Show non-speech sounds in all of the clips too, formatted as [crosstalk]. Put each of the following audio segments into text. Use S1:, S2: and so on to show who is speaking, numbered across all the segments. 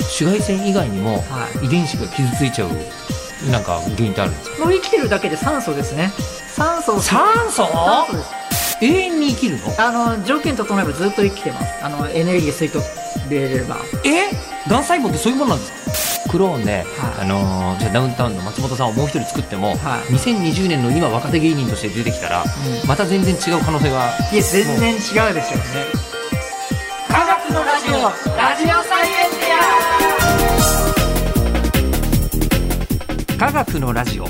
S1: 紫外線以外にも
S2: は
S1: 遺伝子が傷ついちゃうなんか原因ってあるんですか
S2: もう生きてるだけで酸素ですね酸素を
S1: 酸素
S2: 酸素です
S1: 永遠に生きるの
S2: あの条件整えばずっと生きてますあのエネルギー吸い取れれば
S1: えがん細胞ってそういうものなんですかクローンで、
S2: はい
S1: あのーじゃあダウンタウンの松本さんをもう一人作っても、
S2: はい
S1: 2020年の今若手芸人として出てきたら、
S2: う
S1: また全然違う可能性が
S2: いや全然違うですよね科学のラジオラジオサイエンテ
S1: 科学のラジオ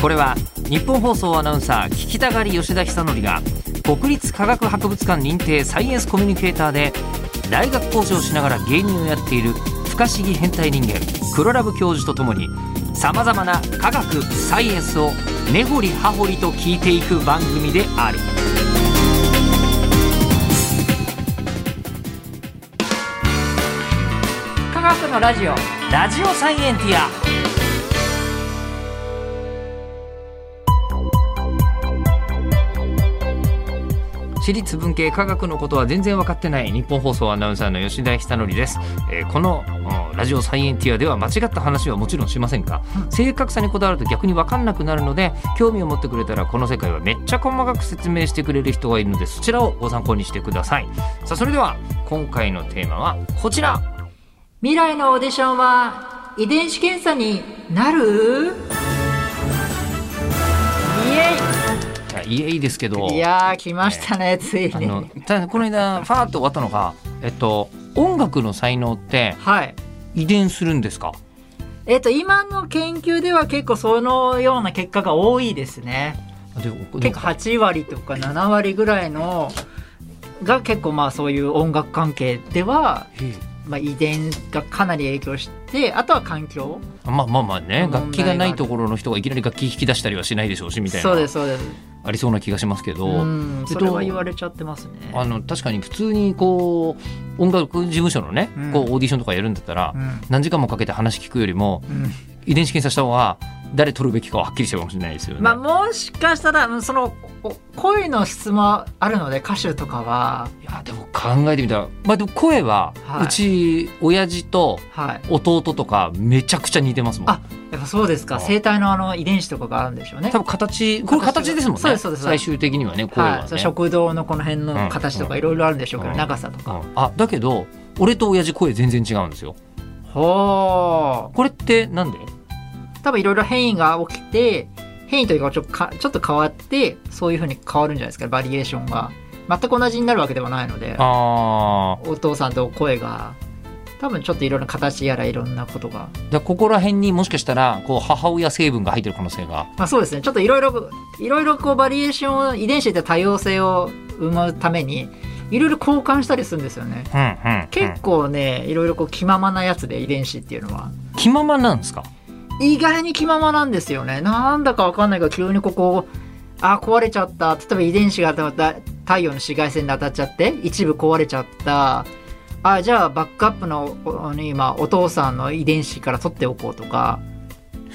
S1: これは日本放送アナウンサー聞きたがり吉田久典が国立科学博物館認定サイエンスコミュニケーターで大学講師をしながら芸人をやっている不可思議変態人間黒ラブ教授とともにさまざまな科学サイエンスを根掘り葉掘りと聞いていく番組である
S2: ィア科学のラジオ
S1: ラジオサイエンティア私立文系科学のことは全然分かってない日本放送アナウンサーの吉田久典です、えーこのうんラジオサイエンティアでは間違った話はもちろんしませんが、正確さにこだわると逆に分かんなくなるので興味を持ってくれたらこの世界はめっちゃ細かく説明してくれる人がいるのでそちらをご参考にしてくださいさあそれでは今回のテーマはこちら
S2: 未来のオーディションは遺伝子検査になる
S1: いやいいですけど
S2: イエイいやー来ましたねつい
S1: あ
S2: に
S1: のただこの間ファーッと終わったのが、えっと、音楽の才能って
S2: はい
S1: 遺伝するんですか
S2: えっと今の研究では結構そのような結果が多いですね
S1: でお
S2: 結構8割とか7割ぐらいのが結構まあそういう音楽関係では、
S1: へえ
S2: まあ、遺伝がかなり影響してあとは環境
S1: まあまあまあね
S2: 問題が
S1: 楽器がないところの人がいきなり楽器弾き出したりはしないでしょうしみたいな
S2: そうですそうです
S1: ありそうな気がしますけど、
S2: うん
S1: えっと
S2: それは言われちゃってますね
S1: あの確かに普通にこう音楽事務所のね、
S2: うん
S1: こうオーディションとかやるんだったら、
S2: うん
S1: 何時間もかけて話聞くよりも
S2: うん
S1: 遺伝子検査した方が誰取るべきかははっきりしてるかもしれないですよね。
S2: まあ、もしかしたらうんそのお声の質もあるので歌手とかはい
S1: やでも考えてみたら、まあ、でも声は、
S2: はいう
S1: ち親父と
S2: はい
S1: 弟とかめちゃくちゃ似てますもん
S2: あやっぱそうですか
S1: あ
S2: 声帯のあの遺伝子とかがあるんでしょうね
S1: 多分形これ形ですもんね
S2: そうですそうです
S1: 最終的にはね声は
S2: は
S1: ね、
S2: い、そう食堂のこの辺の形と
S1: うんう
S2: か
S1: ん
S2: いろいろあるんでしょうけど、
S1: うん
S2: 長さとか、
S1: うんあだけど俺と親父声全然違うんですよ
S2: ほ
S1: これってなんで
S2: う多分いろいろ変異が起きて変異というかちょっとかちょっと変わってそういうふうに変わるんじゃないですかバリエーションが全く同じになるわけではないので
S1: あ
S2: お父さんと声が多分ちょっといろんな形やらいろんなことが
S1: ーだからここら辺にもしかしたらこう母親成分が入ってる可能性が
S2: まあ、そうですねちょっといろいろいろいろこうバリエーションを遺伝子って多様性を生むためにいろいろ交換したりするんですよね
S1: うんうんうん
S2: 結構ねいろいろこう気ままなやつで遺伝子っていうのは
S1: 気ままなんですか
S2: 意外に気ままなんですよねなんだかわかんないけど急にここあ壊れちゃった例えば遺伝子がたた太陽の紫外線で当たっちゃって一部壊れちゃったあじゃあバックアップのおに今お父さんの遺伝子から取っておこうとか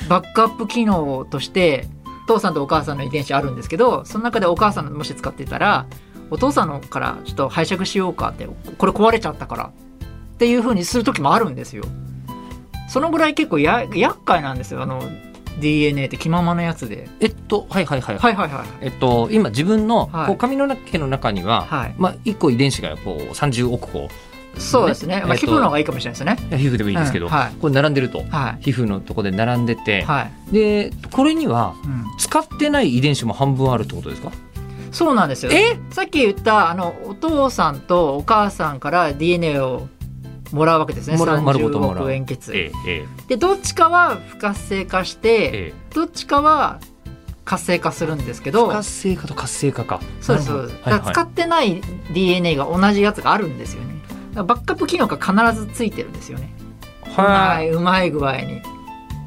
S2: バックアップ機能としてお父さんとお母さんの遺伝子あるんですけどその中でお母さんのもし使ってたらお父さんのからちょっと拝借しようかってこれ壊れちゃったからっていう風にする時もあるんですよ。そのぐらい結構や厄介なんですよあの DNA って気ままなやつで
S1: えっとはいはいはい、
S2: はいはいはい
S1: えっと今自分の、
S2: はい
S1: こう髪の毛の中には、
S2: はい
S1: まあ、1個遺伝子がこう30億個
S2: そうです
S1: え
S2: ね、まあ、
S1: っと
S2: 皮膚の方がいいかもしれないですね
S1: 皮膚でもいいですけど、
S2: うんはい
S1: これ並んでると
S2: は
S1: 皮膚のとこで並んでて、
S2: いはい、
S1: でこれには
S2: うん、
S1: 使ってない遺伝子も半分あるってことですか
S2: そうなんですよ
S1: え
S2: さっき言ったあのお父さんとお母さんから DNA をもらうわけですね
S1: もらう丸ごと
S2: 30
S1: もらう
S2: 億円血、
S1: ええ
S2: でどっちかは不活性化して、
S1: え
S2: どっちかは活性化するんですけ
S1: 不
S2: ど
S1: 活性化と活性化か
S2: そうです
S1: な
S2: そう
S1: る
S2: です
S1: ほど
S2: だか
S1: は
S2: ら
S1: い
S2: 使
S1: はい
S2: ってない DNA が同じやつがあるんですよねだからバックアップ機能が必ずついてるんですよねうま
S1: はい
S2: いうまい具合に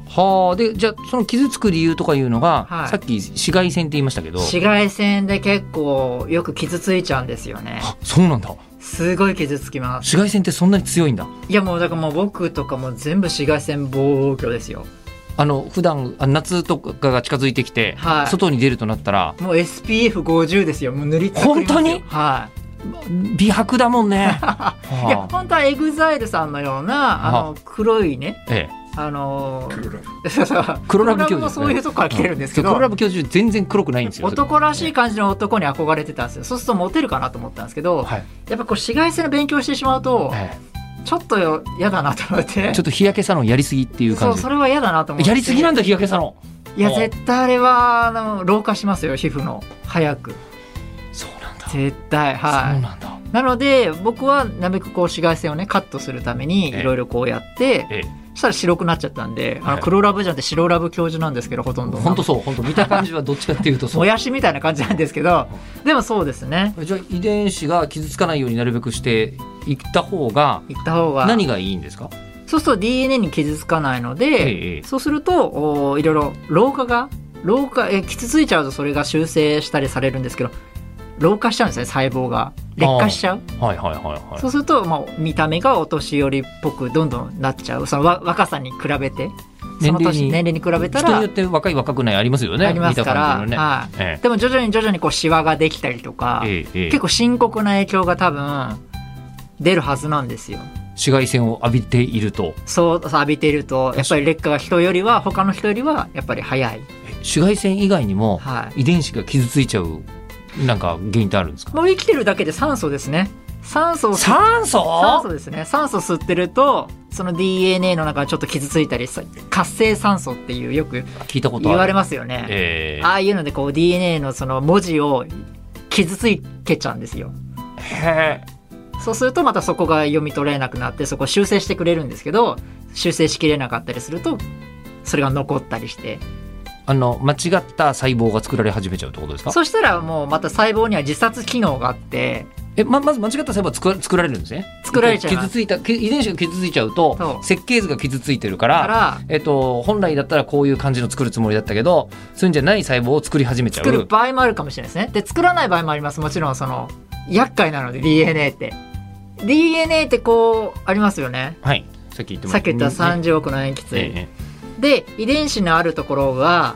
S1: はあでじゃあその傷つく理由とかいうのが、
S2: はい
S1: さっき紫外線って言いましたけど
S2: 紫外線で結構よく傷ついちゃうんですよね
S1: あそうなんだ
S2: すごい傷つきます
S1: 紫外線ってそんなに強いんだ
S2: いやもうだからもう僕とかも全部紫外線防御ですよ
S1: あの普段あ夏とかが近づいてきて、
S2: はい
S1: 外に出るとなったら
S2: もう SPF50 ですよもう塗りつくりますよ
S1: 本当に
S2: は
S1: 美白だもん
S2: [laughs]
S1: ね。
S2: いや
S1: はあ
S2: 本当はエグザイルさんのようなあ
S1: は
S2: の黒いね
S1: ええ、
S2: あのー [laughs]
S3: 黒ラブ
S2: そうそう
S1: 黒ラブ教授
S2: もそういうとこから来てるんですけ
S1: う
S2: ど
S1: 黒ラブ教授全然黒くないんですよ。
S2: 男らしい感じの男に憧れてたんですよそうするとモテるかなと思ったんですけど、
S1: はい
S2: やっぱこう紫外線の勉強してしまうと
S1: え
S2: ちょっとよ嫌だなと思って
S1: えちょっと日焼けサロンやりすぎっていう
S2: そ
S1: 感
S2: う
S1: じ
S2: それは嫌だなと思って
S1: やりすぎなんだ日焼けサロ
S2: いや絶対あれはあの老化しますよ皮膚の早く
S1: ンそうなんだ、
S2: 絶対
S1: そう
S2: は
S1: なんだ
S2: いなので僕はなるべくこう紫外線をねカットするために
S1: ええ
S2: いろいろこうやって、
S1: ええ
S2: そしたら白くなっちゃったんで、あ
S1: はい
S2: の黒ラブじゃなくて白ラブ教授なんですけどほとんど
S1: 本当そう本当見た感じはどっちかっていうとそ [laughs]
S2: も
S1: う
S2: やしみたいな感じなんですけどでもそうですね
S1: じゃあ遺伝子が傷つかないようになるべくしていった方が
S2: 行った方が
S1: 何がいいんですか
S2: そうすると DNA に傷つかないの
S1: え
S2: で、
S1: えええ
S2: そうするとおーいろいろ老化が老化え傷ついちゃうとそれが修正したりされるんですけど老化しちゃうんですね細胞が劣化しちゃう
S1: はいはいはいはい
S2: そうすると、まあ、見た目がお年寄りっぽくどんどんなっちゃうそのわ若さに比べてその年
S1: 年
S2: 年齢に比べた
S1: 人に
S2: ら
S1: よって若い若くないありますよね
S2: ありますから、
S1: 見た感
S2: はい
S1: じのね、え
S2: でも徐々に徐々にこうシワができたりとか、
S1: えええええ
S2: 結構深刻な影響が多分出るはずなんですよ
S1: 紫外線を浴びていると
S2: そう浴びてるとやっぱり劣化が人よりは他の人よりはやっぱり早い、
S1: 紫外線以外にも
S2: は
S1: 遺伝子が傷ついちゃうなんか原因ってあるんですか
S2: い、もう生きてるだけで酸素ですね酸素を
S1: 酸
S2: 酸
S1: 素
S2: 素ですね酸素吸ってるとその DNA の中がちょっと傷ついたりさ活性酸素っていうよく
S1: 聞いたことある
S2: 言われますよね、
S1: ええ
S2: ああいうのでこう DNA のその文字を傷つけちゃうんですよ
S1: へえ
S2: そうするとまたそこが読み取れなくなってそこを修正してくれるんですけど修正しきれなかったりするとそれが残ったりして
S1: あの間違った細胞が作られ始めちゃうってことですか
S2: そしたらもうまた細胞には自殺機能があって
S1: えままず間違った細胞は作ら作られるんですね
S2: 作られちゃいます
S1: 傷ついたけ遺伝子が傷ついちゃうと
S2: そう
S1: 設計図が傷ついてるか
S2: だ
S1: ら
S2: から
S1: えっと、本来だったらこういう感じの作るつもりだったけどそういうんじゃない細胞を作り始めちゃう
S2: 作る場合もあるかもしれないですねで作らない場合もありますもちろんその厄介なので DNA って DNA ってこうありますよね
S1: はいさっき言ってま
S2: さ
S1: し
S2: っき言った
S1: ね
S2: 30億の塩基
S1: え
S2: 対
S1: ええ
S2: で遺伝子のあるところは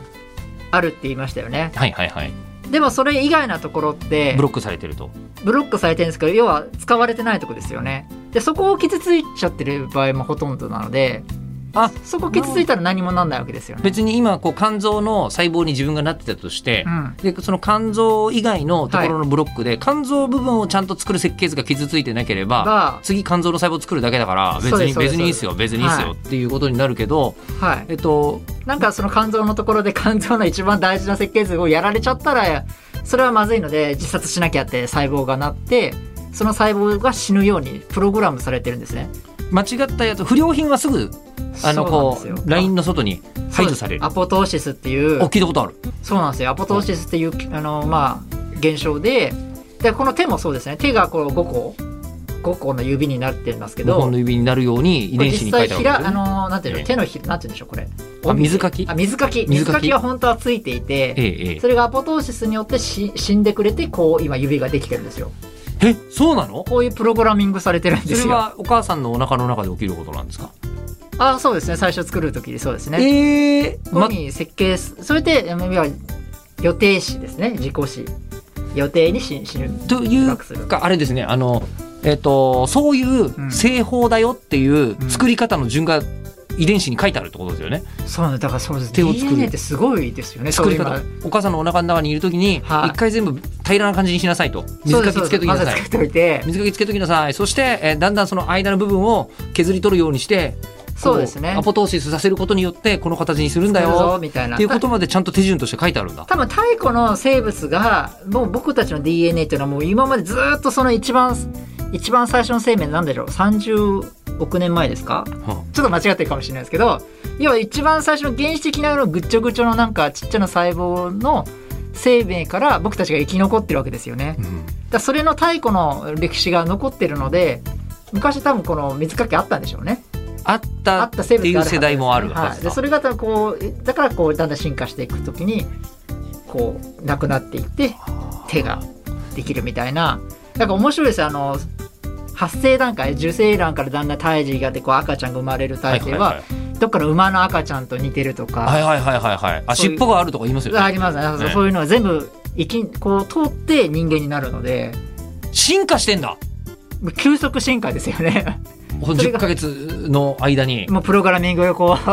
S2: あるって言いましたよね
S1: えはいはいはい
S2: でもそれ以外なところって
S1: ブロックされてると
S2: ブロックされてるんですけど要は使われてないとこですよねでそこを傷ついちゃってる場合もほとんどなので
S1: あ
S2: そこ傷ついたら何もなんないわけですよね、
S1: 別に今こう肝臓の細胞に自分がなってたとして
S2: う、ん、
S1: でその肝臓以外のところのブロックで、肝臓部分をちゃんと作る設計図が傷ついてなければ
S2: が
S1: 次肝臓の細胞作るだけだから別
S2: そうで
S1: に
S2: すそうです
S1: 別にいいっすよ別にいいっすよ、
S2: は
S1: っていうことになるけど
S2: はい
S1: えっと
S2: なんかその肝臓のところで [laughs] 肝臓の一番大事な設計図をやられちゃったらそれはまずいので自殺しなきゃって細胞がなってその細胞が死ぬようにプログラムされてるんですね
S1: 間違ったやつ不良品はすぐあのこ
S2: そうなんですよ
S1: うラインの外に排除される
S2: アポトーシスっていう
S1: お聞いたことある
S2: そうなんですよアポトーシスっていうあの、まあ、現象ででこの手もそうですね手がこう5個5個の指になってますけ
S1: 5
S2: ど
S1: 本の指になるように遺
S2: これ
S1: 伝子に
S2: 実
S1: 書い
S2: 際
S1: てある
S2: ひ
S1: わけ
S2: ら
S1: です
S2: あ
S1: ね
S2: のなんていう
S1: え
S2: の
S1: え
S2: 手のひなんていうんでしょうこれ
S1: あ水かき
S2: あ水かき
S1: 水
S2: 水
S1: かき
S2: かきが本当はついてい
S1: え
S2: て
S1: ええ
S2: それがアポトーシスによってし死んでくれてこう今指ができてるんですよ
S1: ええそうなの
S2: こういうプログラミングされてるんで
S1: それ
S2: すよ
S1: はお母さんのお腹の中で起きることなんですか
S2: あそうですね最初作る時そうですね
S1: ええ
S2: ここ
S1: ま
S2: に設計すそれでいわゆる予定死ですね自己死予定に死死ぬ
S1: という
S2: する
S1: かあれですねあの、えっとそういう製法だよっていう
S2: うん
S1: 作り方の順が遺伝子に書いてあるってことですよね、
S2: そうなんですだからそうです
S1: 手を作る
S2: DNA ってすごいですよね
S1: 作り
S2: そう
S1: 方
S2: いう今
S1: お母さんのお腹の中にいる時に
S2: はい
S1: 一回全部平らな感じにしなさいと水かきつけときな
S2: そう
S1: さ
S2: で
S1: い
S2: すそうですまずつけといて
S1: 水かきつけときなさいそして、えーだんだんその間の部分を削り取るようにして
S2: そうですね
S1: こアポトーシスさせることによってこの形にするんだ
S2: 作るぞ
S1: よ
S2: みたいな
S1: っていうことまでちゃんと手順として書いてあるん
S2: [laughs]
S1: だ
S2: 多分太古の生物がもう僕たちの DNA っていうのはもう今までずっとその一番一番最初の生命なんだろう30億年前ですか
S1: は
S2: ちょっと間違ってるかもしれないですけど要は一番最初の原始的なあのぐっちょぐちょのなんかちっちゃな細胞の生命から僕たちが生き残ってるわけですよね。
S1: あうん
S2: だからそれの太古の歴史が残ってるので昔多分この水かけあったんでしょうね
S1: あった
S2: あ
S1: っ
S2: った生
S1: て
S2: 物
S1: い
S2: が
S1: う
S2: あるはず
S1: 世代もあるは
S2: は
S1: ず
S2: い、で
S1: だ、
S2: それが多分こうだからこうだんだん進化していくときにこうなくなっていって手ができるみたいななんか面白いですよあの発生段階受精卵からだんだん胎児がでこう赤ちゃんが生まれる体系は,、
S1: はい
S2: どっかの馬の赤ちゃんと似てるとか、
S1: はいはいはいはいはいあ
S2: そういう
S1: 尻尾があるとか言いますよ
S2: あ
S1: ね
S2: りますね
S1: ね
S2: そういうのは全部生きこう通って人間になるので
S1: 進化してんだ
S2: もう急速進化ですよね [laughs]
S1: この
S2: それが
S1: 10ヶ月の間に
S2: もうプログラミングが
S1: [laughs]
S2: こう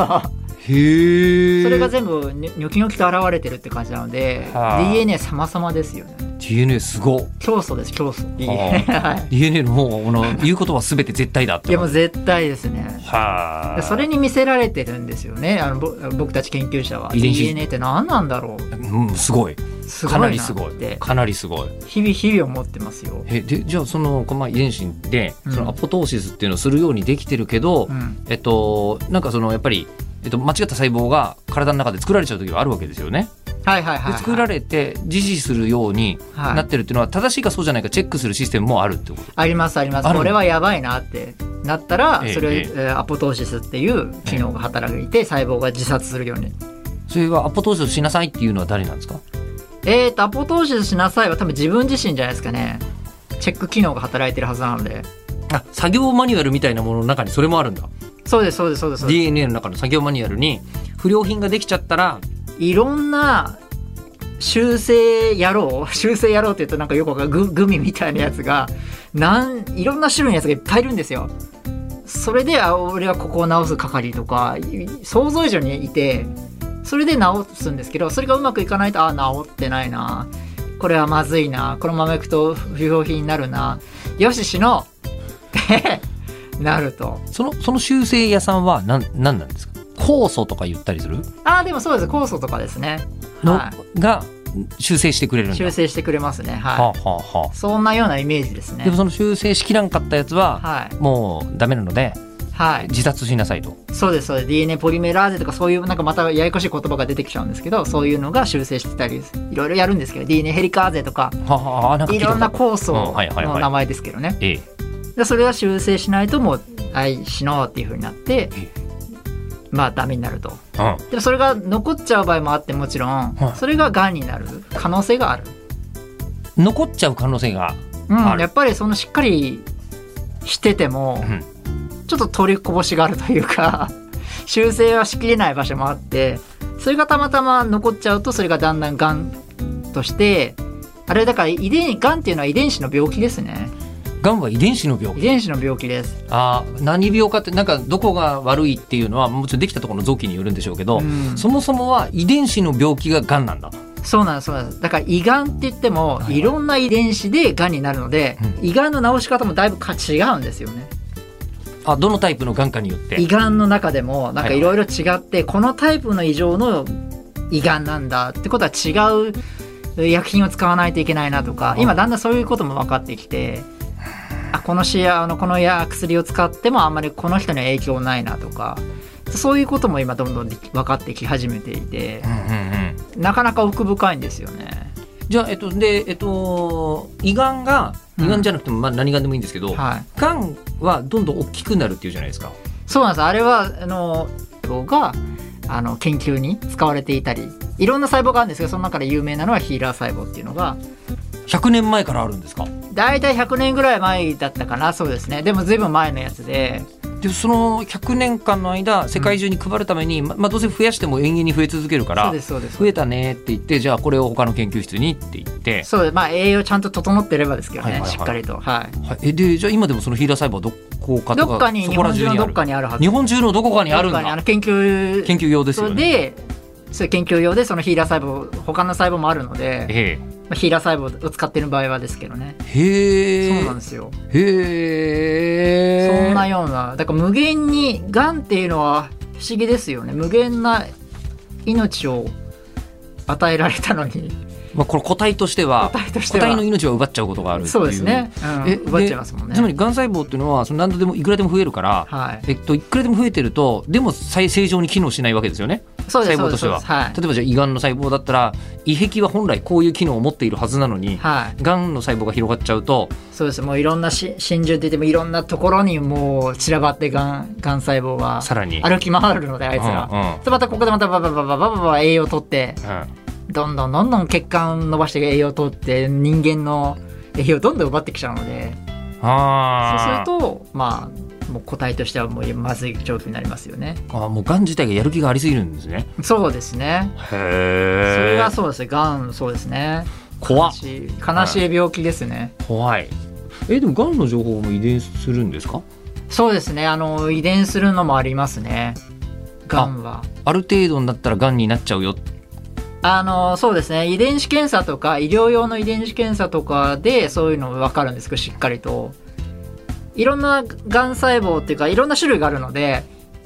S1: へえ
S2: それが全部にニョキニョキと現れてるって感じなので
S1: はあ
S2: DNA 様々ですよね
S1: DNA すごっ
S2: 競争です競争
S1: は DNA のもうこの言うことは全て絶対だって
S2: [laughs] いやもう絶対ですね
S1: はあ
S2: それに見せられてるんですよねあのぼ僕たち研究者は
S1: 遺伝子
S2: DNA って何なんだろう
S1: うんすごい
S2: すごい
S1: かなり
S2: な
S1: すごい
S2: って
S1: かなりすごい
S2: 日々日々思ってますよ、
S1: えでじゃあその、まあ、遺伝子で
S2: うん
S1: そのアポトーシスっていうのをするようにできてるけど、
S2: うん、
S1: えっとなんかそのやっぱり、えっと、間違った細胞が体の中で作られちゃう時があるわけですよね。
S2: はいはいはい、は
S1: で
S2: い、
S1: 作られて自死するように
S2: はい
S1: なってるっていうのは正しいかそうじゃないかチェックするシステムもあるってこと
S2: ありますありま
S1: あ
S2: す
S1: る
S2: これはやばいなってなったら
S1: ええ
S2: それを、
S1: え
S2: え
S1: え
S2: ーアポトーシスっていう機能が働いて細胞が自殺するように
S1: それはアポトーシスしなさいっていうのは誰なんですか
S2: えーとアポトーシスしなさいは多分自分自身じゃないですかねチェック機能が働いてるはずなので
S1: あ作業マニュアルみたいなものの中にそれもあるんだ
S2: そうですそうですそうですそうです
S1: DNA の中の作業マニュアルに不良品ができちゃったら
S2: いろんな修正やろう [laughs] 修正やろうって言うとなんかよくわかるググミみたいなやつがなんいろんな種類のやつがいっぱいいるんですよ。それであ俺はここを直す係とかい想像以上にいてそれで直すんですけどそれがうまくいかないとあ直ってないなこれはまずいなこのままいくと不良品になるなよし死のうってなると
S1: そのその修正屋さんは何何なんですか酵素とか言ったりする
S2: あでもそうです酵素とかですね、
S1: の、
S2: は
S1: が修正してくれるん
S2: い、
S1: だ
S2: 修正してくれますねはい。
S1: はあはあは
S2: そんなようなイメージです
S1: あ
S2: ね。
S1: でもその修正しきらんかったやつは、
S2: はい。
S1: もうダメなので
S2: はい。
S1: 自殺しなさいと
S2: そうです、そうです。DNA ポリメラーゼとかそういう、なんかまたややこしい言葉が出てきちゃうんですけど、そういうのが修正してたり、いろいろやるんですけど、DNA ヘリカーゼとか、
S1: はあはあなんか聞
S2: い
S1: いた
S2: ろ
S1: こ
S2: ん
S1: とあ
S2: な
S1: る
S2: 酵素
S1: うんはいはいはい
S2: の名前ですけどね。
S1: ええ
S2: でそれは修正しないともう、はい、死のうっていうふうになって
S1: え、
S2: まあダメになると。
S1: うん
S2: でもそれが残っちゃう場合もあってもちろん、
S1: はい
S2: それが癌になる可能性がある。
S1: 残っちゃう可能性が、あ
S2: うん、
S1: る
S2: やっぱりそのしっかりしてても、
S1: うん
S2: ちょっと取りこぼしがあるというか [laughs] 修正はしきれない場所もあってそれがたまたま残っちゃうとそれがだんだんがんとしてあれだから遺伝がんっていうのは遺伝子の病気ですね
S1: がんは遺伝子の病
S2: 遺
S1: 気
S2: 伝子の病気です、
S1: あー何病かってなんかどこが悪いっていうのはもちろんできたところの臓器によるんでしょうけど、
S2: うん
S1: そもそもは遺伝子の病気ががんなんだ
S2: そうなんですそうなんですだから胃がんって言っても、
S1: はい
S2: い、ろんな遺伝子でがんになるので、
S1: う
S2: 胃がんの治し方もだいぶか違うんですよね
S1: あどのタイプのがんかによって
S2: 胃がんの中でもなんかいろいろ違ってこのタイプの異常の胃がんなんだってことは違う薬品を使わないといけないなとか
S1: うん
S2: 今だんだんそういうことも分かってきてあこのしあのこのや薬を使ってもあんまりこの人には影響ないなとかそういうことも今どんどんでき分かってき始めていて
S1: うんうんうん
S2: なかなか奥深いんですよね。
S1: じゃあ、えっと、で、えっと、胃がんが、
S2: うん
S1: 胃がんじゃなくても、まあ、何がんでもいいんですけど、
S2: はい、
S1: がんはどんどん大きくなるっていうじゃないですか。
S2: そうなんですあれはあの細胞があの研究に使われていたりいろんな細胞があるんですけどその中で有名なのはヒーラー細胞っていうのが
S1: 100年前からあるんですか。
S2: 大体100年ぐらい前だったかなそうですねでも随分前のやつで
S1: で、その100年間の間、世界中に配るために、ままあ、どうせ増やしても永遠に増え続けるか
S2: そう
S1: ら
S2: で、すそうです
S1: 増えたねって言って、じゃあこれを他の研究室にって言って、
S2: そうですまあ栄養ちゃんと整ってればですけどね、
S1: はいはいはい
S2: しっかりとはい
S1: はい、えで、じゃあ今でもそのヒーラー細胞はどこかとか、
S2: どっかに
S1: そ
S2: 日
S1: こら
S2: 本
S1: 中にあ
S2: 中の
S1: る
S2: どっかにあるはず
S1: 日本中のどこかにあるん
S2: どっかに
S1: だ。
S2: あの研究
S1: 研究用ですよ
S2: 所
S1: ね。
S2: でそういう研究用でそのヒーラー細胞他の細胞もあるので、
S1: え
S2: まあ、ヒーラー細胞を使ってる場合はですけどね、
S1: え、へえ。
S2: そうなんですよ
S1: へえ。
S2: そんなようなだから無限にがんっていうのは不思議ですよね無限な命を与えられたのに
S1: まあ、これ個体として
S2: [laughs]
S1: は
S2: 個体として
S1: 個
S2: は
S1: 体の命を奪っちゃうことがあるっていう
S2: そうですね、うん
S1: え
S2: 奪っちゃいますもんね
S1: つまりがん細胞っていうのはその何度でもいくらでも増えるから、
S2: はい
S1: えっと、いくらでも増えてるとでも再正常に機能しないわけですよね
S2: そうです
S1: 細胞としては
S2: そうですはい
S1: 例えばじゃあ胃がんの細胞だったら胃壁は本来こういう機能を持っているはずなのに、
S2: はい、
S1: がんの細胞が広がっちゃうと
S2: そうですもういろんなし真珠って言ってもいろんなところにもう散らばってがんがん細胞は
S1: さらに
S2: 歩き回るのであいつら、でまたここでまたババババババババ栄養を取って
S1: うんうんうん
S2: どんどんどんどん血管伸ばして栄養を取って人間の栄養をどんどん奪ってきちゃうので
S1: あー
S2: そうするとまあもう個体としてはもうまずい状況になりますよね
S1: あーもうがん自体がやる気がありすぎるんですね
S2: そうですね
S1: へ
S2: それ
S1: え
S2: はそうですがんそうですね
S1: 怖っ
S2: し悲しい病気ですね、
S1: 怖いえでもがんの情報も遺伝するんですか
S2: そうですねあの遺伝するのもありますねがんは
S1: ある程度になったらがんになっちゃうよ
S2: あのそうですね遺伝子検査とか医療用の遺伝子検査とかでそういうの分かるんですけどしっかりといろんながん細胞っていうかいろんな種類があるので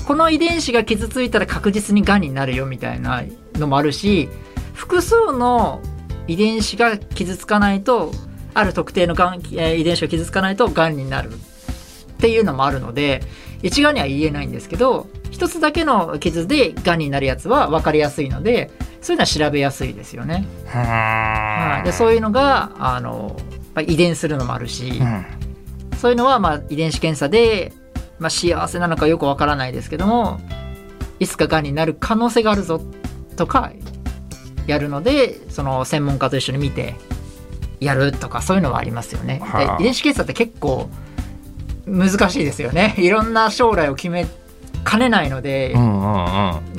S2: この遺伝子が傷ついたら確実にがんになるよみたいなのもあるし複数の遺伝子が傷つかないとある特定のがんえー遺伝子が傷つかないとがんになるっていうのもあるので一概には言えないんですけど一つだけの傷でがんになるやつは分かりやすいのでそういうのは調べやすいですよね。はい、でそういうのがあのまあ遺伝するのもあるし、
S1: うん
S2: そういうのはまあ遺伝子検査で、まあ、幸せなのかよくわからないですけどもいつかがんになる可能性があるぞとかやるのでその専門家と一緒に見てやるとかそういうのはありますよね。で
S1: はあ
S2: 遺伝子検査って結構難しいですよね。い [laughs] ろんな将来を決めかねないので
S1: う、んうん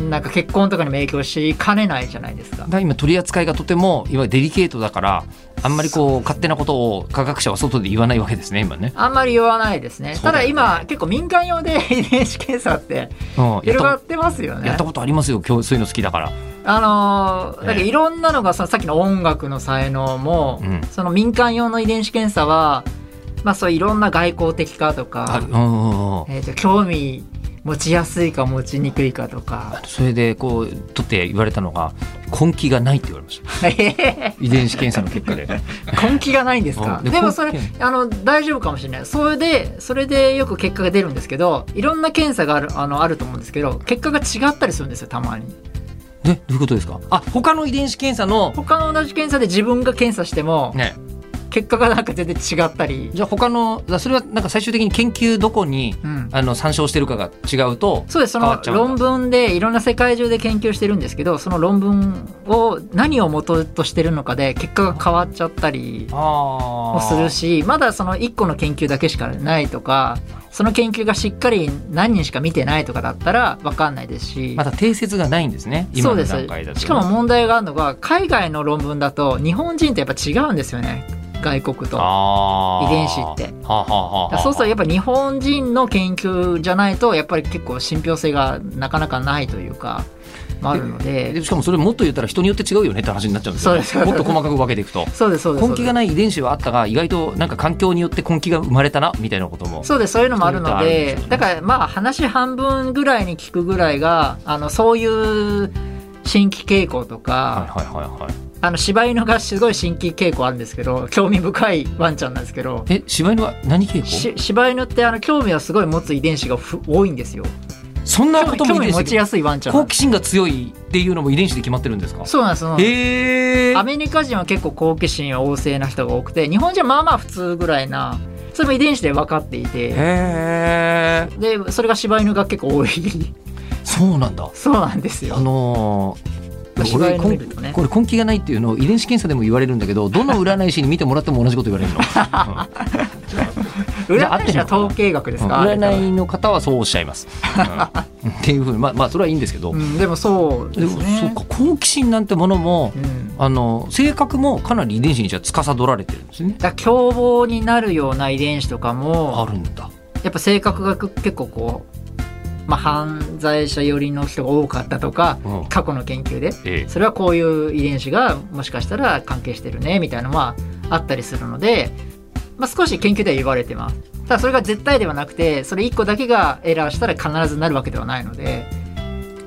S1: うん
S2: なんか結婚とかにも影響しかねないじゃないですか
S1: だ。から今取り扱いがとてもいわゆるデリケートだからあんまりこう勝手なことを科学者は外で言わないわけですね今ね、
S2: あんまり言わないですね。
S1: そう
S2: た
S1: だ
S2: だ
S1: よね
S2: 今結構民間用で [laughs] 遺伝子検査って
S1: うん、やっ
S2: 広が
S1: た
S2: ってますよね。
S1: やったことありますよ今日そういうの好きだから、
S2: あのー
S1: ええ
S2: なんかいろんなのがそのさっきの音楽の才能も、
S1: うん
S2: その民間用の遺伝子検査は、まあ、そういろんな外交的かと
S1: あ
S2: か
S1: う、んうんうん
S2: えー、と興味持ちやすいか持ちにくいかと
S1: [laughs]
S2: か
S1: それでこう取って言われたのが根気がないって言われました
S2: えへ
S1: 遺伝子検査の結果で
S2: へ根気がないんですか
S1: うん
S2: で
S1: で
S2: もそれ
S1: 根気
S2: あの大丈夫かもしれないそれでそれでよく結果が出るんですけどいろんな検査があるあのあると思うんですけど結果が違ったりするんですよたまに
S1: えどういうことですかあ他の遺伝子検査の
S2: 他の同じ検査で自分が検査しても
S1: ね
S2: 結果がなんか全然違ったり、
S1: じゃあ他のだからそれはなんか最終的に研究どこに
S2: うん、
S1: あの参照してるかが違うと
S2: そうですそ
S1: 変わ
S2: の
S1: っちゃうんだ
S2: 論文でいろんな世界中で研究してるんですけどその論文を何を元としてるのかで結果が変わっちゃったり
S1: あ
S2: もする
S1: し
S2: しまだその1個の研究だけしかないとかその研究がしっかり何人しか見てないとかだったら分かんないですし
S1: ま。だ定説がないんですね
S2: そ
S1: 今
S2: う
S1: の
S2: です
S1: 段階だと
S2: しかも問題があるのが海外の論文だと日本人ってやっぱ違うんですよね外国と
S1: あー
S2: 遺伝子って
S1: はあはあはあはあ
S2: そうするとやっぱ日本人の研究じゃないとやっぱり結構信憑性がなかなかないというか、まあ、あるので
S1: でしかもそれもっと言ったら人によって違うよねって話になっちゃうんです
S2: そ
S1: よ
S2: う
S1: ね
S2: ですそうです
S1: もっと細かく分けていくと
S2: そうですそうです
S1: 根気がない遺伝子はあったが意外となんか環境によって根気が生まれたなみたいなことも
S2: そうですそういうのもあるの
S1: そういうことあるんでしょう
S2: で
S1: ね
S2: だからまあ話半分ぐらいに聞くぐらいがあのそういう新規傾向と
S1: はい
S2: か、
S1: はいはいはい
S2: あの柴犬がすごい新規傾向あるんですけど興味深いワンちゃんなんですけど
S1: え柴犬は何傾向
S2: し柴犬ってあの興味をすごい持つ遺伝子がふ多いんですよ
S1: そんなことも
S2: 興
S1: 遺
S2: 味
S1: 伝
S2: 持
S1: 子
S2: ち
S1: で
S2: やすいワンちゃんな
S1: 好
S2: んです
S1: 奇心が強いっていうのも遺伝子で決まってるんですか
S2: そうなんですそうなんです
S1: え
S2: ア
S1: ー、
S2: メリカ人は結構好奇心旺盛な人が多くて日本人はまあまあ普通ぐらいなそれも遺伝子で分かっていて
S1: えー、
S2: でそれが柴犬が結構多い [laughs]
S1: そうなんだ
S2: そうなんです
S1: あ
S2: よ
S1: の
S2: まあ
S1: ー、俺
S2: 柴犬見るとね
S1: これ根気がないっていうのを遺伝子検査でも言われるんだけどどの占い師に見てもらっても同じこと言われ
S2: [laughs]
S1: るの、うんじゃあ合っ
S2: 占
S1: て
S2: い
S1: ん
S2: 師
S1: の
S2: は
S1: かな
S2: 統計学ですか、あれ多
S1: 占
S2: 分
S1: いの方はそうおっしゃいます。うん
S2: [laughs]
S1: っていうふうにまあまあそれはいいんですけど、
S2: うん、でもそう
S1: で
S2: です
S1: も
S2: ね
S1: そうか好奇心なんてものも
S2: うん、
S1: あの性格もかなり遺伝子にじゃあ司られてるんですね。
S2: だから凶暴になるような遺伝子とか
S1: あ
S2: も
S1: るんだ。
S2: やっぱ性格が結構こう、まあ、犯罪者寄りの人が多かったとか
S1: うん
S2: 過去の研究で
S1: ええ
S2: それはこういう遺伝子がもしかしたら関係してるねみたいなのはあったりするので、まあ、少し研究では言われてますただそれが絶対ではなくてそれ1個だけがエラーしたら必ずなるわけではないので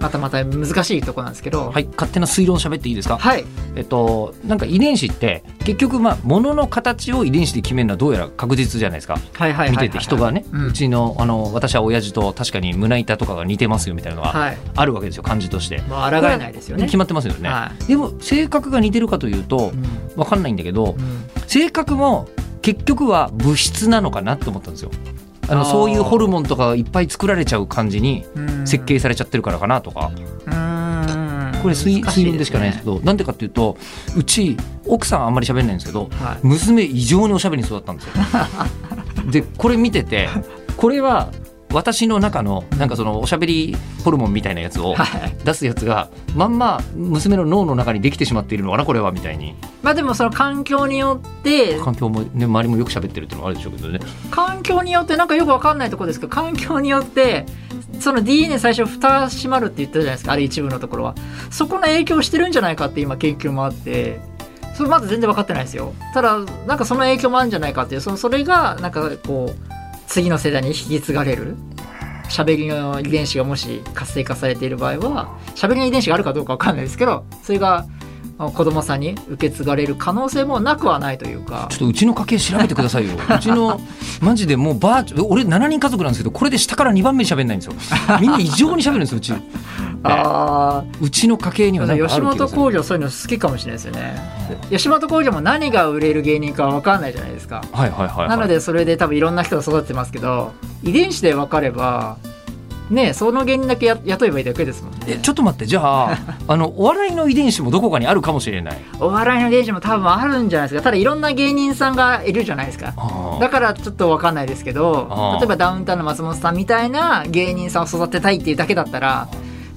S2: またまた難しいとこなんですけど
S1: はい勝手な推論喋っていいですか、
S2: はい
S1: えっとなんか遺伝子って結局まあ物の形を遺伝子で決めるのはどうやら確実じゃないですか
S2: はいはいはいはい
S1: 見てて人がね、
S2: うん
S1: うちのあの私は親父と確かに胸板とかが似てますよみたいなのが
S2: はい
S1: あるわけですよ感じとして
S2: もう抗えないですよね
S1: 決まってますよね、
S2: は
S1: でも性格が似てるかというと
S2: い、うん
S1: わかんないんだけど、
S2: うん
S1: 性格も結局は物質なのかなと思ったんですよあの
S2: あー
S1: そういうホルモンとかがいっぱい作られちゃう感じに
S2: うん
S1: 設計されちゃってるからかなとか、これ推
S2: 難
S1: 推
S2: い
S1: 論でしかないんですけどなんでかっていうとうち奥さんあんまり喋んないんですけど
S2: ねはい [laughs]
S1: 娘異常におしゃべりに育ったんですよでこれ見ててこれは私の中のなんかそのおしゃべりホルモンみたいなやつを
S2: はい
S1: 出すやつがまんま娘の脳の中にできてしまっているのかなこれはみたいに
S2: まあでもその環境によって
S1: 環境も、ね、周りもよく喋ってるっていうのはあるでしょうけどね
S2: 環境によってなんかよくわかんないところですけど環境によってその DNA 最初蓋閉まるって言ったじゃないですかあれ一部のところはそこの影響してるんじゃないかって今研究もあってそれまだ全然分かってないですよただなんかその影響もあるんじゃないかっていうそのそれがなんかこう次の世代に引き継がれる喋りの遺伝子がもし活性化されている場合は喋りの遺伝子があるかどうかわかんないですけどそれがあ子供さんに受け継がれる可能性もなくはないというか
S1: ちょっとうちの家系調べてくださいようち
S2: [laughs]
S1: のマジでもうばあちゃん俺7人家族なんですけどこれで下から2番目に喋ん
S2: [laughs]
S1: ないんですよみんな異常に喋るんですようち
S2: ああ
S1: うちの家系にはなんかあ
S2: 吉
S1: る気が
S2: 本
S1: する
S2: 興業そういうの好きかもしれないですよね吉本興業も何が売れる芸人か分かんないじゃないですか
S1: はいはいはい、はい、
S2: なのでそれで多分いろんな人が育ってますけど遺伝子で分かればねえその芸人だけや雇えばいいだけですもん
S1: え
S2: ね
S1: ちょっと待ってじゃ
S2: [laughs]
S1: ああのお笑いの遺伝子もどこかにあるかもしれない
S2: お笑いの遺伝子も多分あるんじゃないですかただいろんな芸人さんがいるじゃないですか
S1: あ
S2: だからちょっと分かんないですけ
S1: あ
S2: ど
S1: ー
S2: 例えばダウンタウンの松本さんみたいな芸人さんを育てたいっていうだけだったら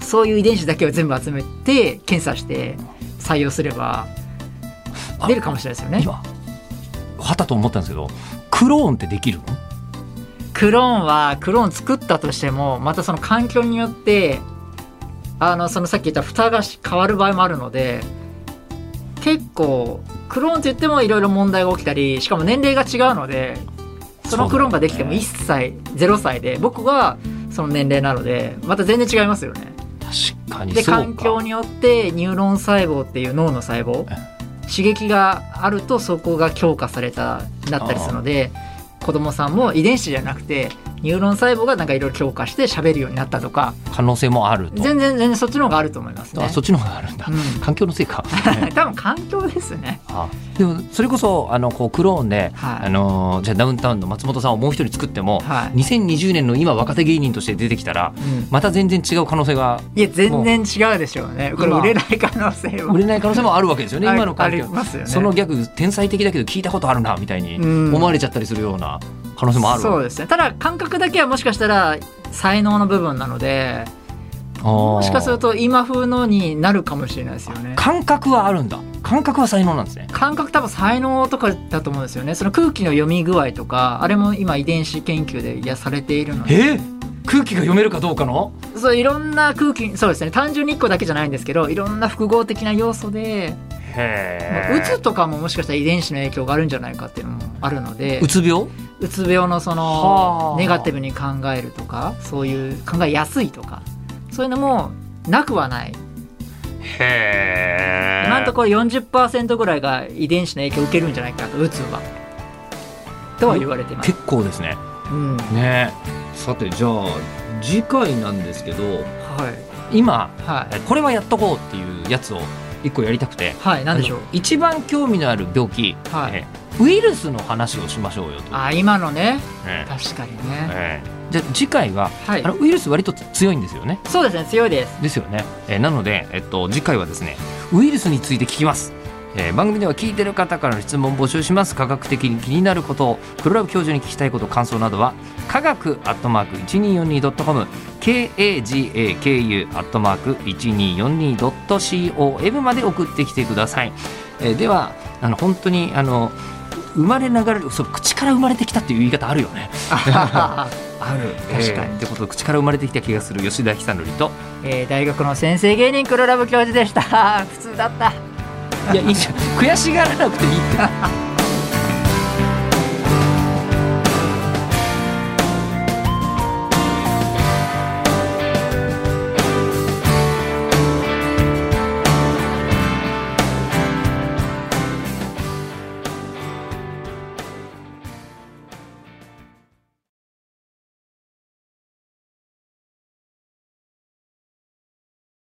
S2: そういう遺伝子だけを全部集めて検査して採用すれば
S1: あ
S2: 出るかもしれないですよね
S1: 今はたと思ったんですけどクローンってできるの
S2: クローンはクローン作ったとしてもまたその環境によってあのそのさっき言った蓋がし変わる場合もあるので結構クローンと言ってもいろいろ問題が起きたりしかも年齢が違うのでそのクローンができても1歳、0歳で僕はその年齢なのでまた全然違いますよね。
S1: 確かに
S2: で
S1: そう
S2: 環境
S1: か
S2: によってニューロン細胞っていう脳の細胞
S1: え
S2: 刺激があるとそこが強化されたなったりするので子供さんも遺伝子じゃなくてニューロン細胞がなんかいろいろ強化して喋るようになったとか
S1: 可能性もあると
S2: 全然全然そっちの方があると思いますね
S1: あ。そっちの方があるんだ、
S2: うん
S1: 環境のせい
S2: [laughs]
S1: か、ね
S2: 多分環境ですね。
S1: あでもそれこそあのこうクローンで、
S2: はい
S1: あのーじゃあダウンタウンの松本さんをもう一人作っても、
S2: はい。
S1: 2020年の今若手芸人として出てきたら
S2: うん
S1: また全然違う可能性が
S2: いや全然違うでしょうね。これ
S1: 今
S2: 売れない可能性は
S1: 売れない可能性もあるわけですよね
S2: あ
S1: 今の
S2: あ
S1: 環
S2: り
S1: 境
S2: ますよね。
S1: そのギャグ天才的だけど聞いたことあるなみたいに
S2: うん
S1: 思われちゃったりするような可能性もある
S2: そうですね。ただ感覚だけはもしかしたら才能の部分なのでも
S1: も
S2: しかすると今風のになるかもしれないですよね。
S1: 感覚はあるんだ感覚は才能なんですね
S2: 感覚多分才能とかだと思うんですよねその空気の読み具合とかあれも今遺伝子研究でいやされているので
S1: えー空気が読めるかどうかの
S2: そういろんな空気そうですね単純に1個だけじゃないんですけどいろんな複合的な要素で
S1: へ
S2: うつとかももしかしたら遺伝子の影響があるんじゃないかっていうのもあるので
S1: うつ病
S2: うつ病のそ
S1: は
S2: の
S1: あ
S2: ネガティブに考えるとかそういう考えやすいとかそういうのもなくはない
S1: へ
S2: 今のところ40%ぐらいが遺伝子の影響を受けるんじゃないかとうつはとは言われています。
S1: 結構ですね
S2: うんは
S1: ねさてじゃあ次回なんですけど
S2: い
S1: 今
S2: はい。
S1: これはやっとこうっていうやつを一個やりたくて
S2: はい、なんでしょう
S1: あの。一番興味のある病気、
S2: はい
S1: えーウイルスの話をしましょうよと、
S2: あ、今のね、
S1: えー
S2: 確かにね。
S1: えーじゃあ次回は、
S2: はい
S1: あ。のウイルス割と強いんですよね
S2: そうですね、強いで
S1: [laughs]
S2: す。
S1: ですよね、えーなので、えっと、次回はですねウイルスについて聞きます、えー番組では聞いてる方からの質問を募集します科学的に気になることを黒ラブ教授に聞きたいこと感想などは科学アットマーク 1242.com kagaku アットマーク 1242.com まで送ってきてください、えーではあの本当にあの生まれながらそう口から生まれてきたっていう言い方あるよねある
S2: 確
S1: 確
S2: か
S1: か
S2: に
S1: に、ってことで口から生まれてきた気がする吉田久典と
S2: えー大学の先生芸人黒ラブ教授でした。普通だった。 [laughs]
S1: いや、いいじゃん。悔しがらなくていいって。